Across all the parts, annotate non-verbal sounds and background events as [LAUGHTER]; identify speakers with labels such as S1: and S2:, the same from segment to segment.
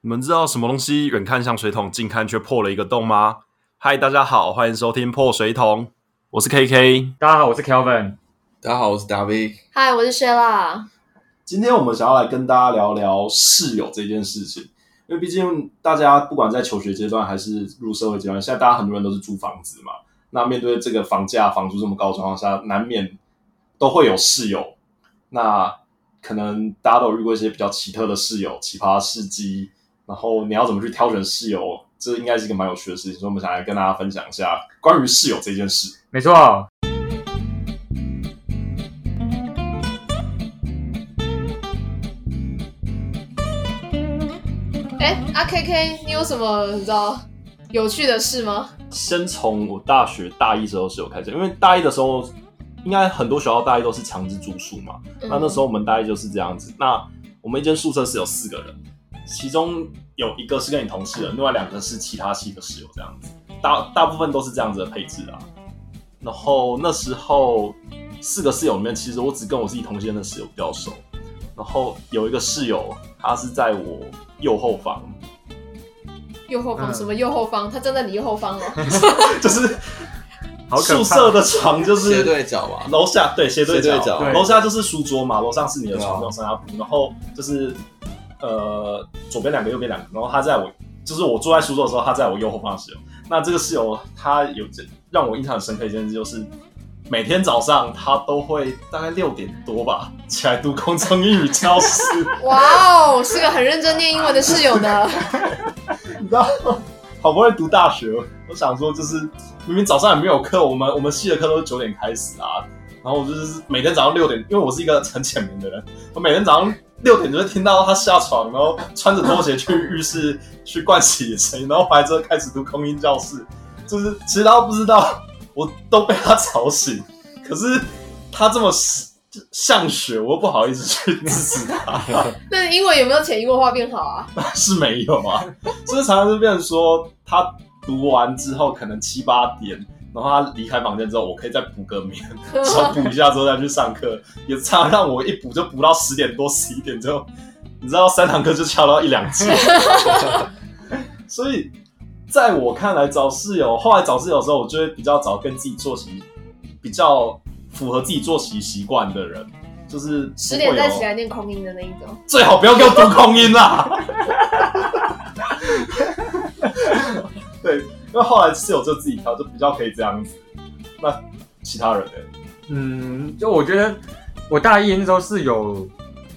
S1: 你们知道什么东西远看像水桶，近看却破了一个洞吗？嗨，大家好，欢迎收听《破水桶》，我是 KK。
S2: 大家好，我是 Kelvin。
S3: 大家好，我是大 V。
S4: 嗨，我是 Shella。
S1: 今天我们想要来跟大家聊聊室友这件事情，因为毕竟大家不管在求学阶段还是入社会阶段，现在大家很多人都是租房子嘛，那面对这个房价、房租这么高的情况下，难免都会有室友。那可能大家都有遇过一些比较奇特的室友、奇葩事迹，然后你要怎么去挑选室友，这应该是一个蛮有趣的事情，所以我们想来跟大家分享一下关于室友这件事。
S2: 没错，
S4: 哎，阿 K K，你有什么你知道有趣的事吗？
S1: 先从我大学大一时候室友开始，因为大一的时候，应该很多学校大一都是强制住宿嘛。
S3: 嗯
S4: 嗯
S1: 那那时候我们大一就是这样子。那我们一间宿舍是有四个人，其中有一个是跟你同事的，另外两个是其他系的室友，这样子。大大部分都是这样子的配置啊。然后那时候四个室友里面，其实我只跟我自己同间的室友比较熟。然后有一个室友，他是在我右后方，
S4: 右后方、
S2: 嗯
S4: 什么右后方？他站在你右后方哦。
S1: 就是
S2: 好可
S1: 宿
S2: 怕
S1: 舍的床就是
S3: 斜对角吧，
S1: 楼下对斜对
S3: 啊斜对
S1: 角
S3: 角，
S2: 对
S1: 楼下就是书桌嘛，楼上是你的床，
S3: 对啊
S1: 用上下铺，然后就是呃左边两个，右边两个，然后他在我就是我坐在书桌的时候，他在我右后方的室友。那这个室友他有让我印象很深刻一件事，就是每天早上他都会大概六点多吧起来读空中英语教室，
S4: 哇哦，是个很认真念英文的室友呢。
S1: 你知道吗，好不容易读大学，我想说就是明明早上也没有课，我们我们系的课都是九点开始啊，然后我就是每天早上六点，因为我是一个很浅眠的人，我每天早上六点就会听到他下床，然后穿着拖鞋去浴室去盥洗的声音，然后回来之后开始读空音教室，就是其实他都不知道，我都被他吵醒，可是他这么上学，我又不好意思去制止他。
S4: 那你英文有没有潜移默化变好啊？
S1: [LAUGHS] 是没有啊，所以常常就变成说，他读完之后可能七八点，然后他离开房间之后，我可以再补个眠，稍补一下之后再去上课，也常常让我一补就补到十点多、十一点之后，你知道三堂课就翘到一两节，所以在我看来，找室友，后来找室友的时候，我就会比较找跟自己作息比较符合自己作息习惯的人。就是不
S4: [LAUGHS] 十
S1: 会
S4: 点再
S1: 有
S4: 起来念空音的那一种。
S1: 最好不要给我读空音啦。 [LAUGHS] 对，因为后来室友就自己挑，就比较可以这样子。那其他人呢、
S2: 嗯，就我觉得我大一那时候室友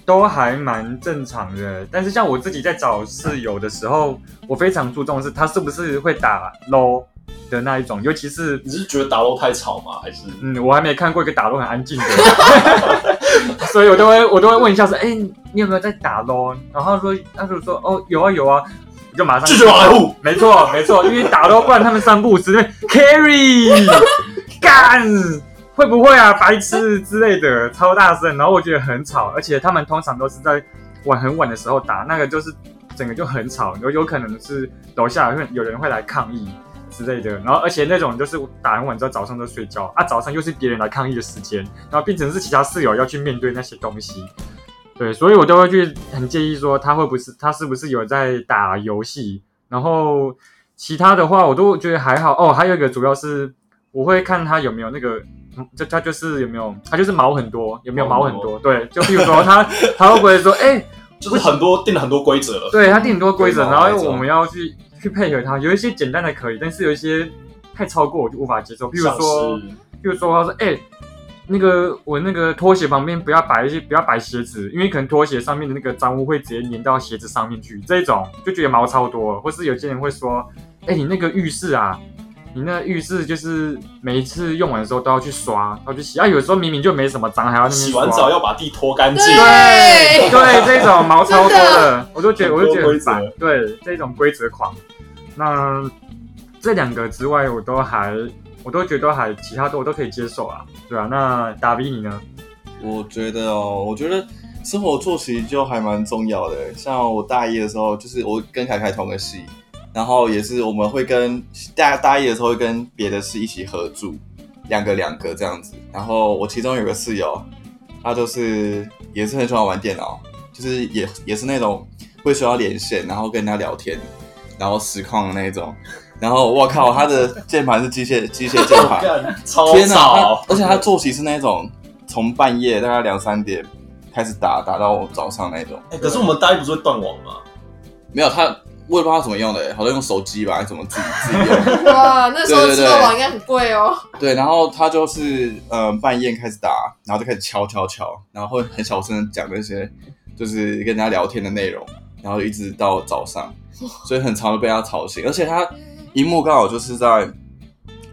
S2: 都还蛮正常的，但是像我自己在找室友的时候，我非常注重的是他是不是会打 low 的那一种，尤其是
S1: 你是觉得打楼太吵吗？还是
S2: 嗯，我还没看过一个打 low 很安静的，所以我都会我都会问一下说，哎、你有没有在打 low？然后说他就说哦有啊有啊，我就马上
S1: 拒绝啊保护？
S2: 没错，没错，因为打到不然他们三不五时就会 carry 干，会不会啊，白痴之类的，超大声，然后我觉得很吵，而且他们通常都是在晚很晚的时候打，那个就是整个就很吵，有有可能是楼下会有人会来抗议之类的，然后而且那种就是打很晚之后早上都睡觉啊，早上又是别人来抗议的时间，然后变成是其他室友要去面对那些东西。对，所以我都会去很介意说他会不是他是不是有在打游戏，然后其他的话我都觉得还好哦。还有一个主要是我会看他有没有那个，嗯就他就是有没有他就是毛很多，有没有毛很多？对，就比如说他他会不会说，哎、
S1: 就是很多定了很多规则了。
S2: 对他定很多规则，
S3: 对
S2: 然
S3: 毛
S2: 后
S3: 很多
S2: 我们要去去配合他，有一些简单的可以，但是有一些太超过我就无法接受，比如
S1: 像
S2: 说。
S1: 是
S2: 譬如说他说，哎、那个我那个拖鞋旁边不要摆一些不要摆鞋子，因为可能拖鞋上面的那个脏污会直接粘到鞋子上面去，这一种就觉得毛超多了。或是有些人会说，哎、你那个浴室啊，你那浴室就是每一次用完的时候都要去刷，要去洗啊，有时候明明就没什么脏，还要那边
S1: 洗完
S2: 刷
S1: 澡要把地拖干净，
S3: 哦
S4: 对啊
S2: 对，这种毛超多
S4: 真
S2: 的，我都觉得我
S1: 很多
S2: 就觉得
S1: 规
S2: 很
S1: 则
S2: 烦。对，这种规则狂。那这两个之外，我都还，我都觉得都还，其他的我都可以接受啊，对啊。那打比你呢？
S3: 我觉得哦，我觉得生活作息就还蛮重要的。像我大一的时候，就是我跟凯凯同个系，然后也是我们会跟大大一的时候会跟别的系一起合住，两个两个这样子。然后我其中有个室友，他就是也是很喜欢玩电脑，就是也也是那种会需要连线，然后跟人家聊天，然后实况的那种。然后我靠，他的键盘是机械机械键盘，
S1: 干超
S3: 天哪！
S1: 吵
S3: 他，而且他作息是那种从半夜大概两三点开始打，打到我早上那种。
S1: 哎可是我们大一不是会断网吗？
S3: 没有他，我也不知道他怎么用的，好像用手机吧，还是怎么自己自己 [LAUGHS] 用。
S4: 哇，那时候
S3: 对对
S4: 吃
S3: 对
S4: 到网应该很贵哦。
S3: 对，然后他就是呃半夜开始打，然后就开始敲敲敲，然后会很小声的讲那些就是跟人家聊天的内容，然后一直到早 [LAUGHS] 上，所以很常被他吵醒。而且他荧幕刚好就是在，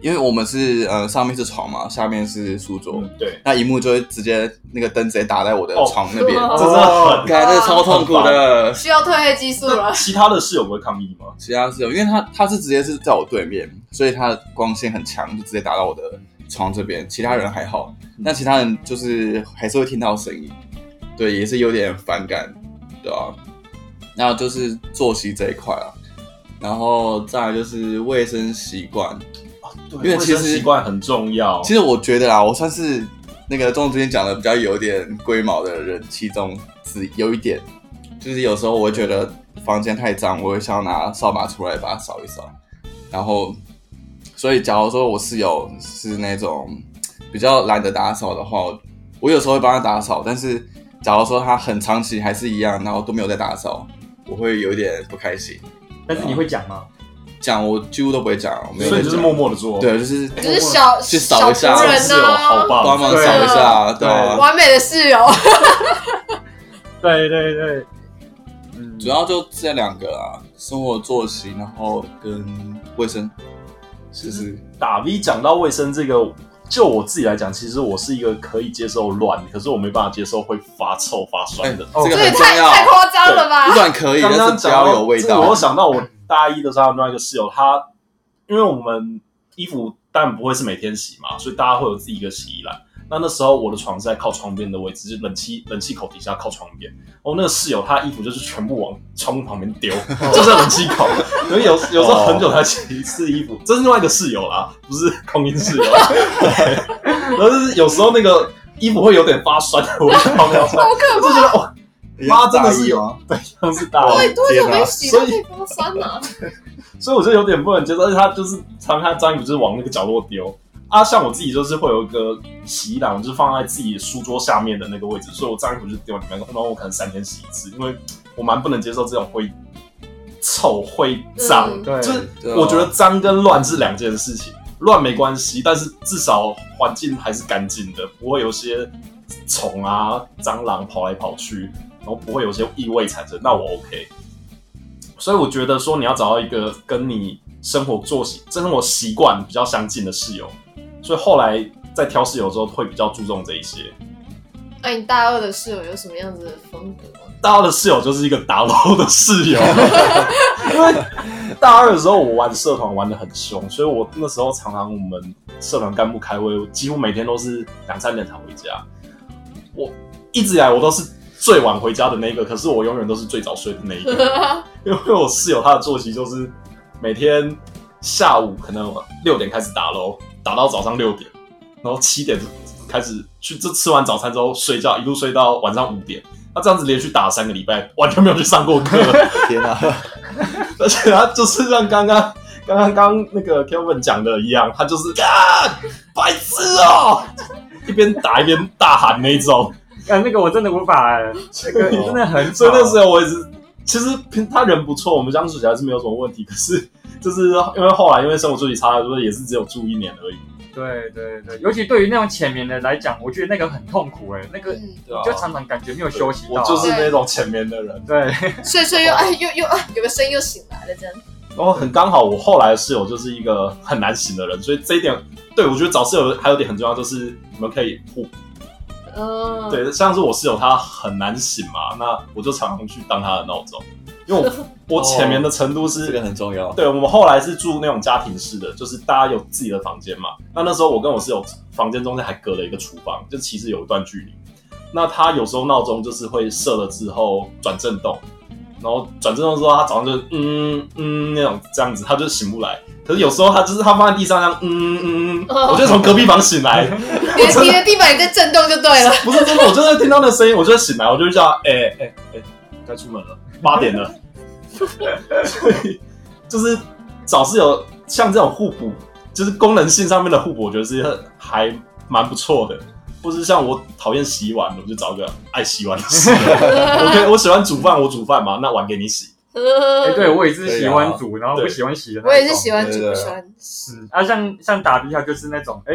S3: 因为我们是呃上面是床嘛，下面是书桌，
S1: 对，
S3: 那荧幕就会直接那个灯直接打在我的
S1: 哦
S3: 床那边，
S1: 这
S4: 哦
S1: 真的很。
S3: 感觉、超痛苦的。
S4: 需要褪黑激素
S1: 那
S3: [LAUGHS]
S4: 了，
S1: 其他的室友不会抗议吗？
S3: 其他室友，因为他他是直接是在我对面，所以他的光线很强，就直接打到我的床这边。其他人还好，但其他人就是还是会听到声音，对，也是有点反感，对啊。那就是作息这一块啊，然后再来就是卫生习惯。
S1: 啊对，
S3: 因为其实
S1: 卫生习惯很重要。
S3: 其实我觉得啦，我算是那个中午之前讲的比较有点龟毛的人其中只有一点，就是有时候我会觉得房间太脏，我会想要拿扫把出来把它扫一扫。然后，所以假如说我室友是那种比较懒得打扫的话，我有时候会帮他打扫，但是假如说他很长期还是一样，然后都没有在打扫，我会有一点不开心。
S2: 但是你会讲吗？
S3: 讲我几乎都不会讲，我没有
S1: 所以你
S3: 在
S1: 就是
S3: 讲
S1: 默默的做，
S3: 对，啊就是
S4: 只是小
S3: 去扫
S4: 小
S3: 一下
S4: 仆人
S1: 室友好
S4: 呐，
S3: 帮
S1: 棒，
S3: 忙扫一下，对
S2: 对
S3: 啊。
S4: 完美的室友。
S2: 对对对，嗯，
S3: 主要就这两个啊，生活作息，然后跟卫生，就是
S1: 打 V 讲到卫生这个，就我自己来讲，其实我是一个可以接受乱，可是我没办法接受会发臭发
S3: 哎、
S1: 酸的。
S2: 哦
S3: 这个
S4: 这也
S3: 很重
S4: 太
S3: 要，啊
S4: 太夸张了吧
S3: 不！然可以，
S1: 刚
S3: 但
S1: 刚
S3: 是不
S1: 讲
S3: 要
S1: 到
S3: 有味
S1: 这个我
S3: 道啊
S1: 又。想到我大一的时候，另外一个室友，他因为我们衣服当然不会是每天洗嘛，所以大家会有自己一个洗衣篮。那那时候我的床是在靠窗边的位置，就是冷气冷气口底下靠窗边。哦，那个室友他衣服就是全部往窗户旁边
S3: [LAUGHS]
S1: 丢，就在冷气口。所以有有时候很久才洗一次
S3: 哦
S1: 衣服，这是另外一个室友啦，不是空音
S3: [LAUGHS]
S1: 室友。对，然后就是有时候那个衣服会有点发酸的味道，然后
S4: 好可
S1: 我就觉得哦，妈真的是有
S3: 大意吗哦
S1: 像是大
S3: 哇
S1: 人
S4: 怕，多久没洗到
S1: 所
S4: 可以发酸了？
S1: 所以我就有点不能接受，而且他就是常常他脏衣服就是往那个角落丢啊。像我自己就是会有一个洗衣篮，我就是放在自己书桌下面的那个位置，所以我脏衣服就丢里面，然后我可能三天洗一次，因为我蛮不能接受这种会臭会脏，
S4: 嗯
S2: 对
S1: 就是
S3: 对啊
S1: 我觉得脏跟乱是两件事情，乱没关系，但是至少环境还是干净的，不会有些虫啊、蟑螂跑来跑去，然后不会有些异味产生，那我 OK。所以我觉得说你要找到一个跟你生活作息、生活习惯比较相近的室友，所以后来在挑室友之后会比较注重这一些。
S4: 那你大二的室友有什么样子的风格？
S1: 大二的室友就是一个打捞的室友，因为大二的时候我玩社团玩的很凶，所以我那时候常常我们社团干部开会，我几乎每天都是两三点才回家。我一直以来我都是最晚回家的那一个，可是我永远都是最早睡的那一个。因为我室友他的作息就是每天下午可能六点开始打喽，打到早上六点，然后七点开始去，就吃完早餐之后睡觉，一路睡到晚上五点。他这样子连续打了三个礼拜，完全没有去上过课，
S3: [LAUGHS] 天哪、
S1: 而且他就是像刚刚刚刚刚那个 Kevin 讲的一样，他就是啊，白痴哦、一边打一边大喊那种。
S2: 啊，那个我真的无 [LAUGHS] 法、欸，那个真的
S1: [LAUGHS]
S2: 很
S1: 所以那
S2: 吵
S1: 时候我一直，其实平他人不错，我们相处起来是没有什么问题。可是 [LAUGHS] 就是因为后来因为生活作息差，就是也是只有住一年而已，
S2: 对对对，尤其对于那种浅眠的来讲，我觉得那个很痛苦哎、那个
S4: 嗯，
S1: 对吧、
S2: 就常常感觉没有休息到
S1: 我
S2: 啊、
S1: 就是那种前面的人，
S2: 对，
S4: [LAUGHS] 睡睡又哎又又哎，有个声音又醒来了，这样。
S1: 然后很刚好我后来的室友就是一个很难醒的人，所以这一点对我觉得找室友还有一点很重要，就是你们可以互
S4: 嗯，
S1: 对，像是我室友他很难醒嘛，那我就常常去当他的闹钟，因为我我前面的程度是
S3: 这个很重要。
S1: 对，我们后来是住那种家庭式的，就是大家有自己的房间嘛。那那时候我跟我室友房间中间还隔了一个厨房，就其实有一段距离。那他有时候闹钟就是会设了之后转震动，然后转震动之后，他早上就嗯嗯那种这样子，他就醒不来。可是有时候他就是他放在地上这样嗯嗯，嗯，我就从隔壁房醒来，
S4: 你的你的地板也在震
S1: [LAUGHS]
S4: 动就对了。
S1: 不是真的，我真的听到那声音，我就会醒来，我就会叫他哎哎哎，该出门了，八点了，所以就是早是有像这种互补，就是功能性上面的互补，我觉得是还蛮不错的。或是像我讨厌洗碗，我就找个爱洗碗的洗碗。我可以我喜欢煮饭，我煮饭嘛，那碗给你洗。
S2: 哎、
S4: 对
S2: 对我也是喜欢煮，然后不
S1: 对
S2: 喜欢洗的那
S4: 我也是
S2: 种
S4: 喜欢煮，
S3: 对对
S4: 不
S3: 对
S4: 喜欢洗。
S2: 嗯，啊，像像打比他就是那种，哎、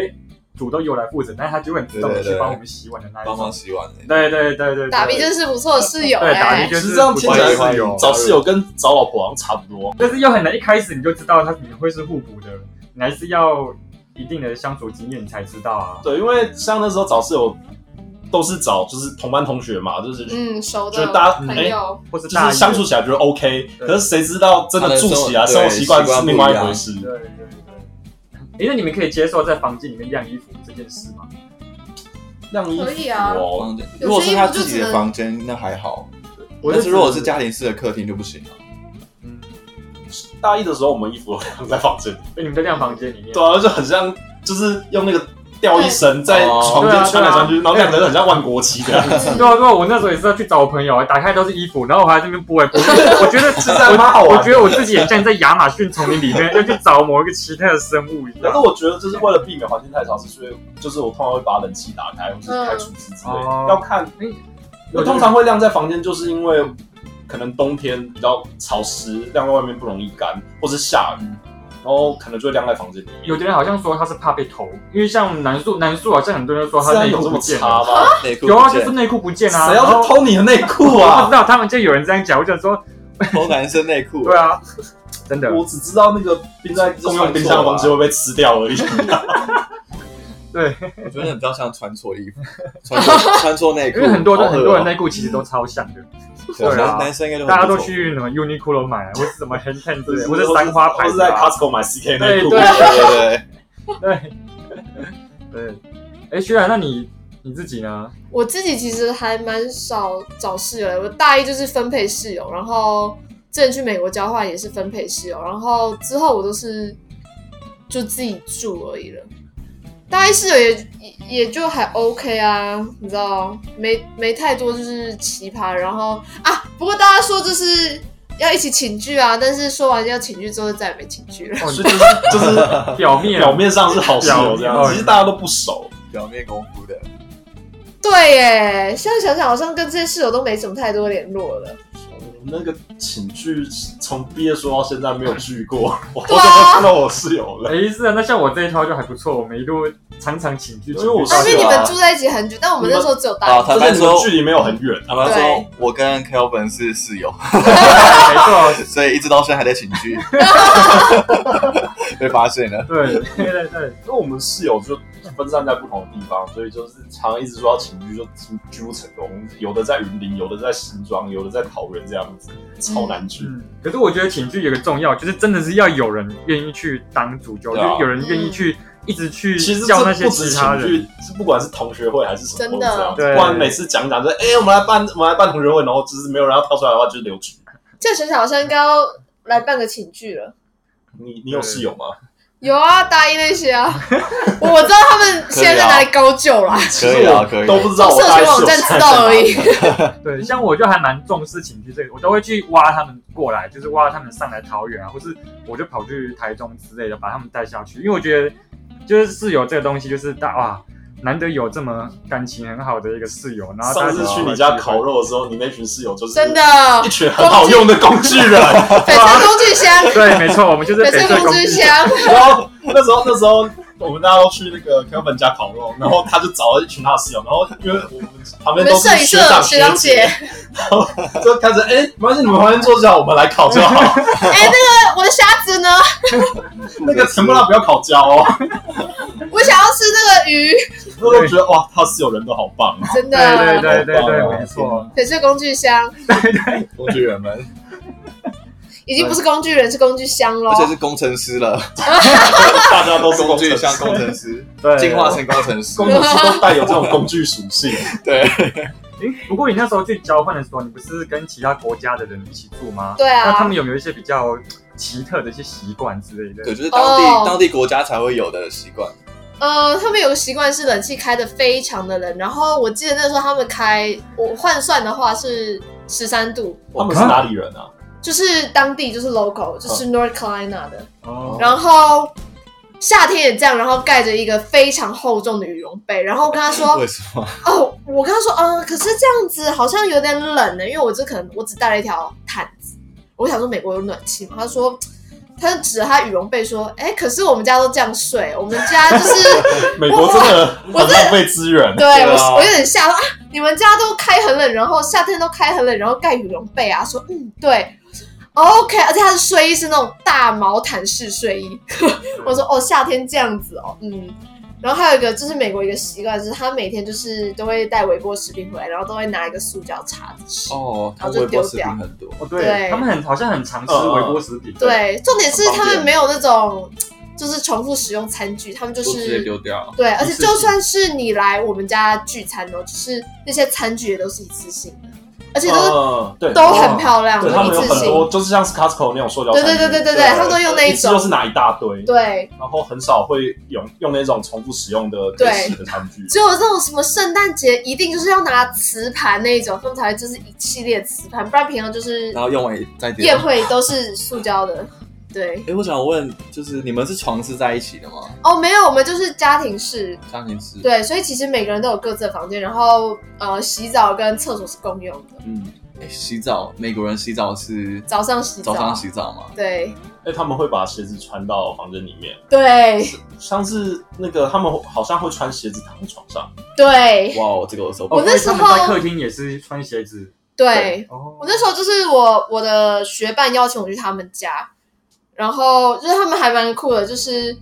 S2: 煮都由来负责，但是他就会很自动地
S3: 对对对
S2: 去帮我们洗碗的那一
S3: 帮忙
S2: 种。
S3: 洗碗欸的。
S2: 对对对对，
S4: 打 B 真是不错的室友
S2: 对打
S4: 哎
S2: 比，就是
S1: 其实这样
S2: 不
S1: 听起来
S2: 错的室友
S1: 找室友跟找老婆好像差不多。
S2: 但是又很难一开始你就知道他你会是互补的，你还是要一定的相处经验你才知道啊。
S1: 对，因为像那时候找室友都是找就是同班同学嘛，就是、
S4: 嗯，熟
S1: 就
S4: 的
S1: 是大家
S4: 朋
S1: 哎
S4: 友，
S2: 或是
S1: 就
S2: 大
S1: 是
S2: 一
S1: 相处起来觉得 OK，
S2: 对
S1: 可是谁知道真的住起来
S3: 他的
S1: 生
S3: 生活
S1: 活习惯
S3: 对
S1: 是
S3: 习惯不一
S1: 另
S3: 样
S1: 外一回事。
S4: 啊
S2: 对对对。哎、那你们可以接受在房间里面晾衣服这件事吗？
S1: 晾衣服
S4: 可以啊
S1: 哦，
S3: 房间
S4: 有些
S3: 如果是他自
S4: 衣服就
S3: 己
S4: 只
S3: 的
S4: 能
S3: 房间，那还好。
S2: 我
S3: 但是如果是
S2: 家，
S3: 家庭式的客厅就不行了。啊
S2: 嗯，
S1: 大一的时候我们衣服都晾在房间里，
S2: 哎你们在晾房间里面，
S1: 对啊，就很像就是用那个吊衣绳在床
S2: 对
S1: 边
S2: 啊
S1: 穿来穿去，
S2: 对啊
S1: 然后晾得很像万国旗这样。
S2: [LAUGHS] 对啊，对啊，我那时候也是要去找我朋友，打开都是衣服，然后我还在那边播来播去。我觉
S1: [LAUGHS]
S2: 得
S1: 实在蛮好玩的
S2: 我觉得我自己也像在亚马逊丛林里面要去找某一个奇特的生物一
S1: 可
S2: 样
S1: 是。我觉得，就是为了避免环境太潮湿，所以就是我通常会把冷气打开，或是开除湿之类的。
S2: 嗯
S1: 要看
S2: 嗯，
S1: 我通常会晾在房间，就是因为可能冬天比较潮湿，晾在外面不容易干，或是下雨，
S2: 嗯
S1: 然后可能就会晾在房间里面。
S2: 有的人好像说他是怕被偷，因为像南树，南树好像很多人都说
S1: 自
S2: 他
S1: 然
S2: 内
S1: 有这
S2: 裤不
S1: 么
S2: 见
S1: 差
S2: 了，
S1: 吗？
S3: 内裤
S2: 有啊，
S3: 不
S2: 就
S3: 见
S2: 是内裤不见啊。
S1: 谁要
S2: 然后
S1: 去偷你的内裤
S2: 我不
S1: 啊
S2: 知？道，他们就有人这样讲，我就想说，
S3: 偷男生内裤。
S2: 对，啊，真的，
S1: [LAUGHS] 我只知道那个冰 [LAUGHS] 在公用冰箱的啊东西会被吃掉 [LAUGHS] 而已。
S2: 对，
S3: 我觉得比较像穿错衣服，穿
S2: [LAUGHS]
S3: 错穿错内裤。
S2: 因为很多
S3: 好恶哦
S2: 很多人内裤其实都超像的，
S3: 对
S2: 对啊
S3: 男男生应该就很不错
S2: 大家都去什么 Uniqlo 买啊，或是什么 h a n t e n 之类的，或
S1: 我
S2: 是三花牌
S1: 嗯我是
S2: 子
S1: 在
S2: 啊，
S1: Costco 买 CK 内裤。
S2: 对对
S3: 对对对，
S2: [LAUGHS] 对，对，哎，徐然，那你你自己呢？
S4: 我自己其实还蛮少找室友的，我大一就是分配室友，然后之前去美国交换也是分配室友，然后之后我都是就自己住而已了。大一室友也也也就还 OK 啊，你知道，没没太多就是奇葩。然后啊，不过大家说就是要一起请剧啊，但是说完要请剧之后就再也没请剧了。 [LAUGHS]
S2: 哦，
S1: 所以就是就是 [LAUGHS]
S2: 表面啊
S1: 表面哦上是好室友这样，只是大家都不熟。
S3: 表面功夫的。
S4: 对耶，现在想想好像跟这些室友都没什么太多联络了。
S1: 我那个寝具从毕业说到现在没有聚过，我怎
S4: 对啊
S1: 么看到我室友 [LAUGHS] 了？
S2: 哎、是啊，那像我这一套就还不错，我们一路常常请去，
S1: 因为我
S4: 啊，
S1: 是对
S4: 因为你
S1: 啊
S4: 们住在一起很久，但我们那时候只有大
S3: 啊
S4: 一。
S3: 坦
S1: 就是
S3: 白
S1: 你们
S3: 说，
S1: 距离没有很远，
S3: 坦白说
S4: 对，
S3: 我跟 Kelvin 是室友， [LAUGHS]
S1: 啊
S2: 没
S1: [LAUGHS]
S2: 错，
S3: 所以一直到现在还在寝
S4: [LAUGHS]
S3: 居，被发现了。
S2: 对对对对，
S1: 因为我们室友就分散在不同的地方，所以就是常一直说要寝居就聚聚不成功，有的在云林，有的在新庄，有的在桃园，这样子超难聚。
S2: 嗯。可是我觉得请去有个重要，就是真的是要有人愿意去当主角，
S3: 对啊
S2: 就是有人愿意去、一直去
S1: 其实这
S2: 叫那些
S1: 不止
S2: 其他
S1: 寝
S2: 人。
S1: 具，是不管是同学会还是什么，
S4: 真
S1: 都
S4: 的
S1: 是这样子
S2: 对
S1: 不然每次讲讲就是，哎、我们来办，我们来办同学会，然后就是没有人要跳出来的话，就是留局。
S4: 这样想想好像应该要来办个寝剧了。
S1: 你你有室友吗？
S4: 有啊，大一那些啊，我知道他们现在在哪里高就啦，
S1: 其
S3: 可
S1: 实
S3: 以啊
S1: 我
S3: 可以
S1: 都不知道
S4: 从
S1: 我
S4: 社
S1: 大概
S4: 群网
S1: 室友
S4: 站
S1: 现在
S4: 知道而已。
S1: 在哪里。
S2: 对，像我就还蛮重视请去这个，我都会去挖他们过来，就是挖他们上来桃园啊，或是我就跑去台中之类的，把他们带下去，因为我觉得就是室友这个东西，就是大哇。难得有这么感情很好的一个室友，然后大
S1: 上
S2: 家
S1: 次
S2: 就
S1: 去
S2: 一
S1: 你
S2: 起
S1: 家
S2: 玩
S1: 烤肉的时候，你那群室友就是
S4: 真的，
S1: [LAUGHS] 一群很好用的工具人。
S4: 翡翠工具箱，
S2: [LAUGHS] 对，没错，我们就是
S4: 翡
S2: 翡
S4: 翠
S2: 翠
S4: 工
S2: 公
S4: 具
S2: 司。
S4: 箱，
S1: [LAUGHS] 然后那时候那时候我们大家都去那个 Kevin 家烤肉，然后他就找了一群他的室友，然后因为我们旁
S4: 我
S1: 边
S4: 们
S1: 都是
S4: 摄影
S1: 学
S4: 社
S1: 长
S4: 学长
S1: 姐，
S4: 姐，
S1: 就开始哎，没关系，你们旁边坐下，我们来烤就
S2: [LAUGHS]
S1: 好。
S4: 哎，那 [LAUGHS] 个我的虾子呢？
S1: 那个陈布拉不要烤焦哦。
S4: 我想要吃那个鱼，
S1: 我都觉得哇，他室友人都好棒。啊
S4: [LAUGHS] 真
S2: 对对
S4: 的，
S2: 对对
S1: 好棒
S2: 对，
S1: 哦
S2: 没错。
S4: 翡翠工具箱
S3: 工具人们，
S4: 已经不是工具人，是工具箱喽
S3: 而。且是工程师了，
S1: 大家都是
S3: 工
S1: 工
S3: 具
S1: 具
S3: 像
S1: 箱
S3: 工
S1: 工
S3: 程师，
S2: 对，
S3: 进化成工程师
S1: 工。程师都带有这种工具属
S4: [LAUGHS]
S1: 性。
S3: 对，
S2: 诶不过你那时候去交换的时候，你不是跟其他国家的人一起住吗？
S4: 对
S2: 那他
S4: 啊
S2: 们，有没有一些比较奇特的一些习惯之类的
S3: 对，？就是当地
S4: 哦
S3: 当地国家才会有的习惯。
S4: 呃，他们有个习惯是冷气开的非常的冷，然后我记得那时候他们开，我换算的话是十三度，
S1: 他们是哪里人啊？
S4: 就是当地就是 local，就是 North Carolina 的。
S2: 哦，
S4: 然后夏天也这样，然后盖着一个非常厚重的羽绒被，然后我跟他说
S3: 为什么？
S4: 哦，我跟他说，嗯，可是这样子好像有点冷呢，因为我这可能我只带了一条毯子，我想说美国有暖气嘛，他说。他就指着他羽绒被说：“哎、可是我们家都这样睡，我们家就是……
S1: 美国真的很
S4: 我
S1: 浪费资
S3: [LAUGHS]
S1: 源。
S4: 对
S3: 对啊
S4: 我，我有点吓到啊！你们家都开很冷，然后夏天都开很冷，然后盖羽绒被啊？说嗯，对，OK，而且他的睡衣是那种大毛毯式睡衣。 [LAUGHS] 我说哦，夏天这样子哦，嗯。然后还有一个就是美国一个习惯，就是他每天就是都会带微波食品回来，然后都会拿一个塑胶叉子吃。
S3: 哦，他
S4: 然后就
S3: 微波
S4: 丢
S3: 食品
S4: 掉
S3: 很多，
S2: 哦对，
S4: 对
S2: 他们很好像很常吃
S1: 嗯嗯
S2: 微波食品，，
S4: 对，重点是
S3: 很方
S4: 他
S3: 便
S4: 们没有那种就是重复使用餐具，他们就
S3: 都直接
S4: 是
S3: 丢掉。
S4: 对，而且
S3: 一次性
S4: 就算是你来我们家聚餐哦，就是那些餐具也都是一次性的，而且都是、
S1: 嗯，对，
S4: 都很漂亮，
S1: 对
S4: 都
S1: 他们
S4: 一
S1: 有
S4: 次
S1: 很
S4: 性。
S1: 多，就是像是 Costco 那种塑胶
S4: 对
S1: 餐具，
S4: 对对对对对，他们都用那
S1: 一次
S4: 种
S1: 就。是拿一大堆，
S4: 对，
S1: 然后很少会用用那种重复使用的可
S4: 对
S1: 洗的餐具。
S4: 只有这种什么圣诞节一定就是要拿瓷盘那一种，他们才会就是一系列瓷盘，不然平常就是
S3: 然后用完再丢。
S4: 宴会都是塑胶的。对，
S3: 哎，我想问，就是你们是床是在一起的吗？
S4: 哦，没有，我们就是家庭式，
S3: 家庭是？
S4: 对，所以其实每个人都有各自的房间，然后呃，洗澡跟厕所是共用的，
S1: 嗯，
S3: 诶洗澡，美国人洗澡是
S4: 早上洗澡，
S3: 早上洗澡吗？
S4: 对
S1: 哎，他们会把鞋子穿到房间里面，
S4: 对
S1: 像是那个他们好像会穿鞋子躺在床上。
S4: 对
S3: 哇哦，这个我受不
S2: 哦
S3: 了。
S4: 我那时候
S2: 所以他们在客厅也是穿鞋子，
S4: 对，
S2: 哦
S4: 我，那时候就是我我的学伴邀请我去他们家，然后就是他们还蛮酷的，就是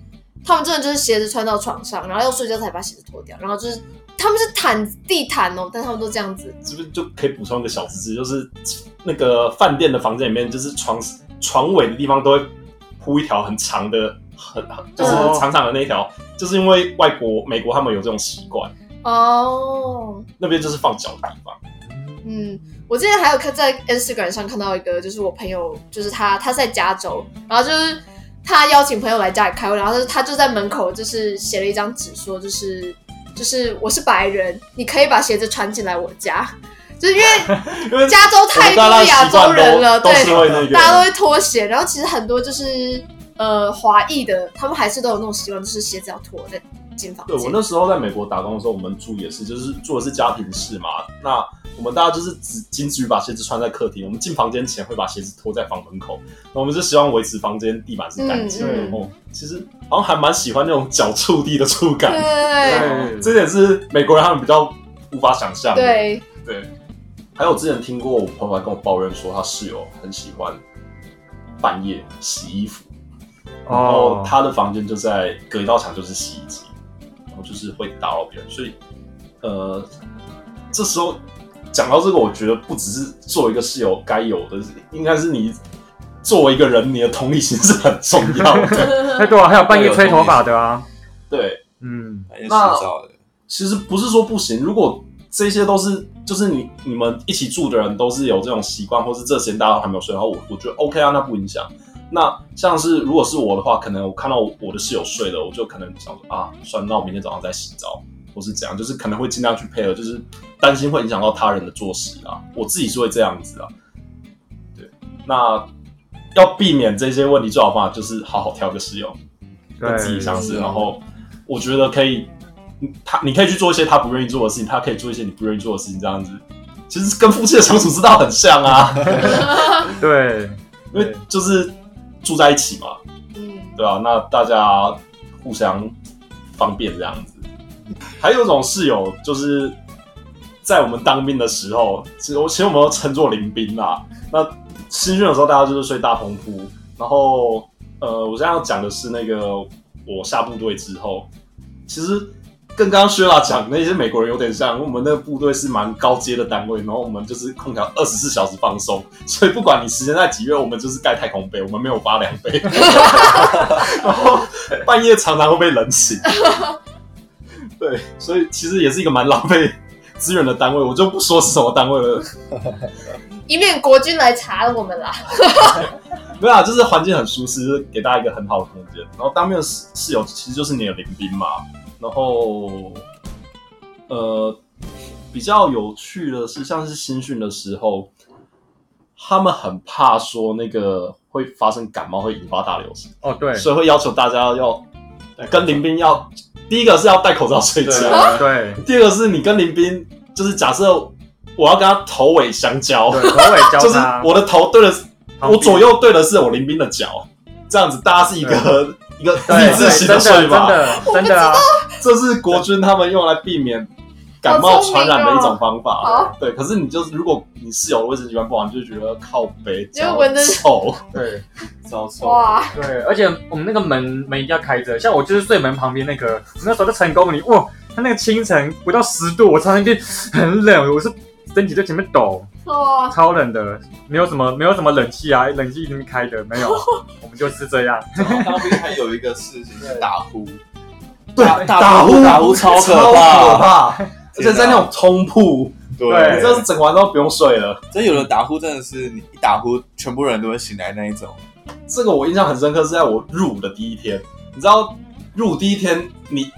S4: 他们真的就是鞋子穿到床上，然后要睡觉才把鞋子脱掉，然后就是他们是毯地毯哦，但他们都这样子，
S1: 这边就可以补充一个小知识，就是那个饭店的房间里面，就是床床尾的地方都会铺一条很长的，很就是
S4: 哦
S1: 长长的那一条，就是因为外国美国他们有这种习惯，
S4: 哦，
S1: 那边就是放脚的地方。
S4: 嗯，我之前还有看在 Instagram 上看到一个，就是我朋友，就是他他是在加州，然后就是他邀请朋友来家里开会，然后他就他就在门口就是写了一张纸说，就是就是我是白人，你可以把鞋子穿进来我家， [LAUGHS] 就是因为
S1: 因为
S4: [LAUGHS] 加州太多亚洲人了，
S1: 都是
S4: 对，
S1: 会那个，
S4: 大家都会脱鞋，然后其实很多就是呃华裔的，他们还是都有那种习惯，就是鞋子要脱在进房
S1: 对
S4: 间
S1: 我。那时候在美国打工的时候，我们住也是，就是住的是家庭式嘛。那我们大家就是只仅止于把鞋子穿在客厅，我们进房间前会把鞋子脱在房门口。那我们就希望维持房间地板是干净的。
S4: 嗯嗯
S1: 然后其实好像还蛮喜欢那种脚触地的触感，
S4: 对
S1: [LAUGHS]
S2: 对
S1: 这点是美国人他们比较无法想象的。
S4: 对，
S1: 对，还有之前听过我朋友还跟我抱怨说，他室友很喜欢半夜洗衣服。
S2: 哦
S1: 然后他的房间就在隔一道墙就是洗衣机，然后就是会打扰别人，所以呃，这时候讲到这个，我觉得不只是做一个室友该有的，应该是你作为一个人，你的同理心是很重要
S4: [LAUGHS]
S1: 的。
S2: 太多了，啊还有半夜吹头发的啊，
S1: 对，
S2: 嗯，
S3: 白天洗澡的，
S1: 其实不是说不行，如果这些都是就是你你们一起住的人都是有这种习惯，或是这时间大家都还没有睡，然后我我觉得 OK 啊，那不影响。那像是如果是我的话，可能我看到我的室友睡了，我就可能想说啊，算了，那我明天早上再洗澡，或是怎样，就是可能会尽量去配合，就是担心会影响到他人的作息啊。我自己是会这样子啊，对，那。要避免这些问题，最好的方法就是好好挑个室友，跟
S2: 对
S1: 自己相似，
S3: 是啊
S1: 然后我觉得可以，他你可以去做一些他不愿意做的事情，他可以做一些你不愿意做的事情，这样子其实跟夫妻的相处之道很像啊，
S2: 对，
S1: 因为就是住在一起嘛，
S4: 嗯，
S1: 对吧、啊那大家互相方便这样子。还有一种室友，就是在我们当兵的时候，其实我其实我们都称作临兵啦。那新训的时候，大家就是睡大通铺。然后，呃，我现在要讲的是那个我下部队之后，其实跟刚刚薛拉讲那些美国人有点像，我们那个部队是蛮高阶的单位，然后我们就是空调二十四小时放松，所以不管你时间在几月，我们就是盖太空杯，我们没有发凉杯。然后半夜常常会被冷醒。对，所以其实也是一个蛮浪费资源的单位，我就不说是什么单位了。
S4: 以免国军来查我们啦。
S1: 没有啊，就是环境很舒适，就是给大家一个很好的空间。然后当面的室室友其实就是你的邻兵嘛。然后，呃，比较有趣的是，像是新训的时候，他们很怕说那个会发生感冒，会引发大流行，
S2: 哦，对，
S1: 所以会要求大家要跟林斌要，第一个是要戴口罩睡觉，
S2: 哦对，
S1: 第二个是你跟林斌，就是假设我要跟他头尾相交，
S2: 对，头尾交
S1: 哦 [LAUGHS] 就是
S2: 叉，
S1: 我的头对的是，
S2: 旁
S1: 我
S2: 边
S1: 左右对的是我林斌的脚，这样子大家是一个 [LAUGHS] 一个
S2: 对
S1: 立字形
S2: 对
S1: 睡
S2: 真的
S1: 法，
S2: 真的真的啊，
S1: 这是国军他们用来避免感冒传染的一种方
S4: 好聪明
S1: 法。对，可是你就是如果你室友的卫生习惯不好，你就觉得靠北
S4: 就闻得
S1: 脚臭，
S2: 对
S3: 遭臭。
S4: 哇，
S2: 对，而且我们那个门门一定要开着，像我就是睡门旁边那个，我那时候在成功里，哇，它那个清晨不到十度，我常常就 [LAUGHS] 很冷，我是身体在前面抖，
S4: 哇，
S2: 超冷的，没有什么没有什么冷气啊，冷气一定开的，
S1: [LAUGHS]
S2: 没有，我们就是这样，
S3: 然后当兵还有一个事情是打呼，
S1: 对
S3: 打
S1: 呼
S3: 打呼超可
S1: 超可
S3: 怕， [LAUGHS]
S1: 怕，而且在那种通铺，
S2: 对
S1: 你这是整完都不用睡了。
S3: 真有人打呼真的是你一打呼，全部人都会醒来那一种。
S1: 这个我印象很深刻，是在我入伍的第一天。你知道入伍第一天，你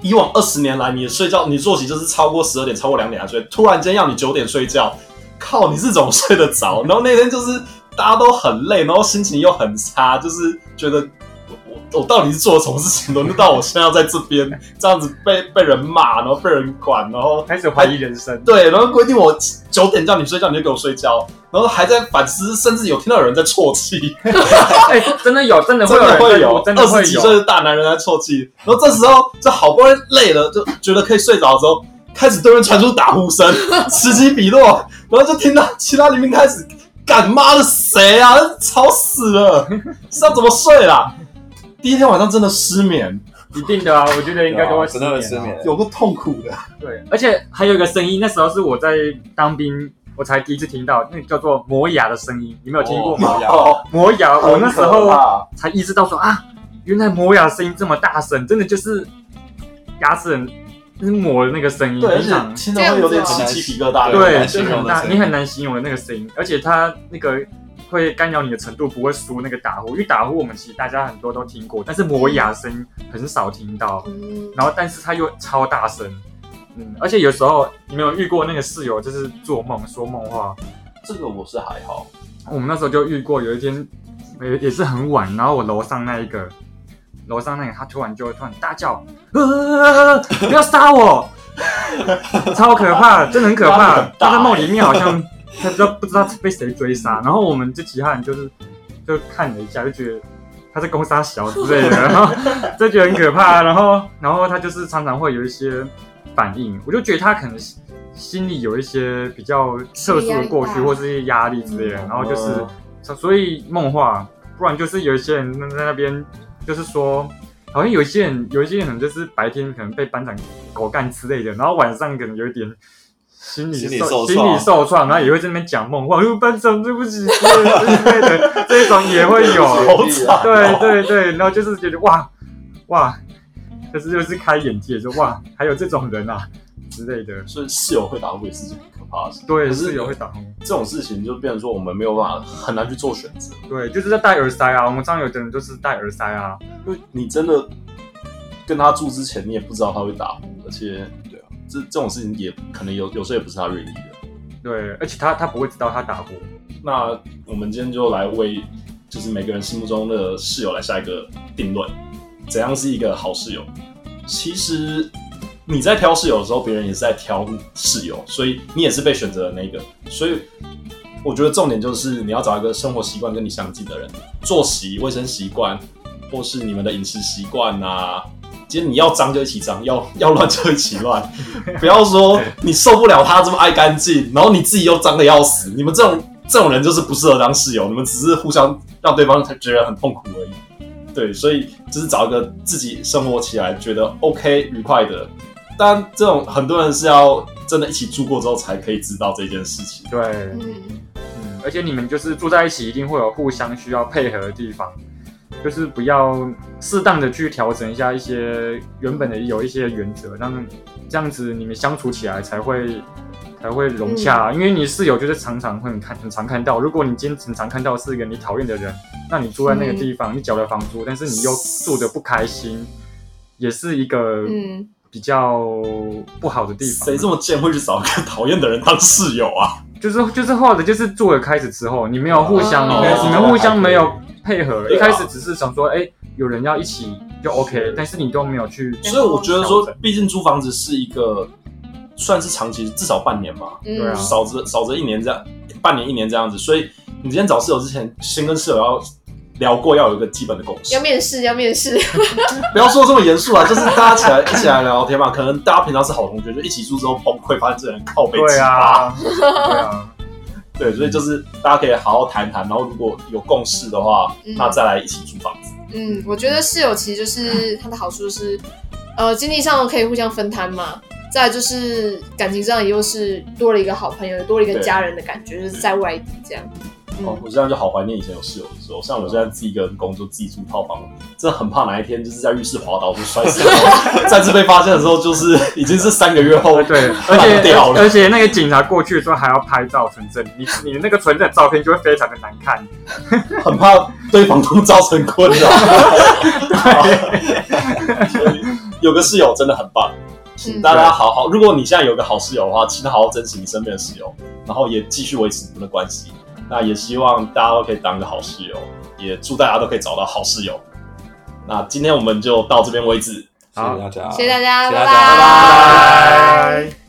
S1: 以往二十年来，你的睡觉，你作息就是超过十二点、超过两点才睡，突然间要你九点睡觉，靠，你是怎么睡得
S3: [LAUGHS]
S1: 着？然后那天就是大家都很累，然后心情又很差，就是觉得。我我我到底是做了什么事情，轮得到我现在在这边这样子被被人骂，然后被人管，然后
S2: 开始怀疑人生，
S1: [LAUGHS] 对，然后规定我九点叫你睡觉，你就给我睡觉，然后还在反思，甚至有听到有人在啜泣，
S2: 哎，真的有，真的会
S1: [LAUGHS] 真的
S2: 有
S1: 会
S2: 人在
S1: 有
S2: 哭，真的
S1: 二
S2: 会
S1: 十几岁
S2: 有，
S1: 的大男人在啜泣，然后这时候就好不容易累了，就觉得可以睡着的时候，开始对面传出打呼声，此起彼落，然后就听到其他邻兵开始，干妈的谁啊，吵死了，是要怎么睡啦？第一天晚上真的失眠，
S2: 一定的啊，我觉得应该都会
S3: 真的会
S2: 失
S3: 失
S2: 眠啊
S3: 眠。
S1: 有个痛苦的，
S2: 对，而且还有一个声音，那时候是我在当兵，我才第一次听到，那个叫做磨牙的声音，你们有听过吗？
S3: 哦
S1: 哦，
S2: 磨牙，我那时
S1: 很可
S2: 候
S1: 怕
S2: 才意识到说啊，原来磨牙声音这么大声，真的就是牙齿很就是磨的那个声音，
S1: 对，而
S2: 非
S1: 且
S2: 常
S1: 听着会有点起鸡皮疙瘩，
S3: 这
S2: 对，
S3: 样
S1: 不
S3: 子
S2: 就
S3: 啊
S2: 很大，
S3: 很难形
S2: 你很难形容
S3: 容的声音
S2: 的那个声音，而且它那个会干扰你的程度不会输那个打呼，因为打呼我们其实大家很多都听过，但是磨牙声音很少听到。
S4: 嗯，
S2: 然后但是他又超大声，嗯，而且有时候你没有遇过那个室友就是做梦说梦话，
S1: 这个我是还好，
S2: 我们那时候就遇过，有一天也也是很晚，然后我楼上那一个，楼上那个他突然就突然大叫，
S1: 嗯
S2: 呃，不要杀
S1: [LAUGHS]
S2: 我，超可怕，真的很可
S1: 压力
S2: 怕
S1: 很。大欸
S2: 他在梦里面好像他不知道不知道被谁追杀，然后我们就其他人就是就看了一下，就觉得他在攻杀小之
S1: [LAUGHS]
S2: 类的，然后就觉得很可怕。然后然后他就是常常会有一些反应，我就觉得他可能心心里有一些比较特殊的过去，
S4: 心理压力大
S2: 或是压力之类的，
S4: 嗯
S2: 然后就是。
S3: 哦
S2: 所所以梦话，不然就是有一些人在那边，就是说，好像有一些人，有一些人就是白天可能被班长狗干之类的，然后晚上可能有一点心理
S3: 心理
S2: 受
S3: 受
S2: 心
S3: 创
S2: 理受创，然后也会在那边讲梦话，呃班长对不起之类的之类的，这种也会有，
S1: 好惨，
S2: 哎对对对，然后就是觉得哇哇，就是就是开眼界，就哇还有这种人啊之类的，
S1: 所以室友会打呼也是件很可怕的事。
S2: 对，
S1: 可是
S2: 室友会打呼。
S1: 这种事情就变成说我们没有办法很难去做选择，
S2: 对，就是在戴耳塞啊，我们上有的人就是戴耳塞啊，
S1: 因为你真的跟他住之前，你也不知道他会打呼，而且对啊，这这种事情也可能有有时候也不是他愿意的。
S2: 对，而且他他不会知道他打呼，
S1: 那我们今天就来为就是每个人心目中的室友来下一个定论，怎样是一个好室友？其实你在挑室友的时候，别人也是在挑室友，所以你也是被选择的那一个。所以我觉得重点就是你要找一个生活习惯跟你相近的人，作息、卫生习惯，或是你们的饮食习惯啊。其实你要脏就一起脏，要要乱就一起乱， [LAUGHS] 不要说你受不了他这么爱干净，然后你自己又脏的要死。你们这种这种人就是不适合当室友，你们只是互相让对方觉得很痛苦而已。对，所以就是找一个自己生活起来觉得 OK 愉快的。但这种很多人是要真的一起住过之后才可以知道这件事情。
S2: 对，
S4: 嗯，
S2: 嗯，而且你们就是住在一起，一定会有互相需要配合的地方，就是不要适当的去调整一下一些原本的有一些原则，让这样子你们相处起来才会才会融
S4: 嗯
S2: 洽。因为你室友就是常常会很看很常看到，如果你今天很常看到是一个你讨厌的人，那你住在那个地
S4: 嗯
S2: 方，你缴了房租，但是你又住的不开心，也是一个
S4: 嗯
S2: 比较不好的地方。
S1: 谁这么贱会去找一个讨厌的人当室友啊？
S2: 就是就是后来就是做了开始之后，你啊没有互相，
S4: 哦
S2: 你们互相没有配合，
S1: 对啊
S2: 一开始只是想说，哎、有人要一起就 OK，但是你都没有去，
S1: 所以我觉得说，毕竟租房子是一个算是长期，至少半年嘛，
S2: 对啊
S4: 嗯，
S1: 少则少则一年这样，半年一年这样子。所以你今天找室友之前，先跟室友要聊过，要有一个基本的共识
S4: 要。面试要面试，
S1: 不要说这么严肃啊，就是大家起来一起来聊天嘛。可能大家平常是好同学，就一起住之后崩溃，发现这人靠背
S2: 对
S1: 奇葩
S2: 啊，对啊，
S1: 对，所以就是大家可以好好谈谈，然后如果有共识的话，
S4: 嗯
S1: 那再来一起租房子。
S4: 嗯，我觉得室友其实就是它的好处就是，呃，经济上可以互相分摊嘛，再来就是感情上也又是多了一个好朋友，多了一个
S1: 对
S4: 家人的感觉，就是在外地这样。
S1: 哦，
S4: 嗯，
S1: 我现在就好怀念以前有室友的时候，像我现在自己一个人工作，自己住套房，真的很怕哪一天就是在浴室滑倒就摔死
S2: [LAUGHS]
S1: 了。再次被发现的时候，就是已经是三个月后，
S2: 对，而
S1: 烂
S2: 且
S1: 掉了
S2: 而且那个警察过去的时候还要拍照存证，你你那个存证的照片就会非常的难看，
S1: [LAUGHS] 很怕对房东造成困扰。所以有个室友真的很棒，请大家好好。如果你现在有个好室友的话，请好好珍惜你身边的室友，然后也继续维持你们的关系。那也希望大家都可以当个好室友，也祝大家都可以找到好室友。那今天我们就到这边为止。
S3: 谢谢大家，
S4: 谢谢大家，
S3: 谢
S4: 拜
S2: 拜
S3: 谢大家
S4: 拜
S2: 拜。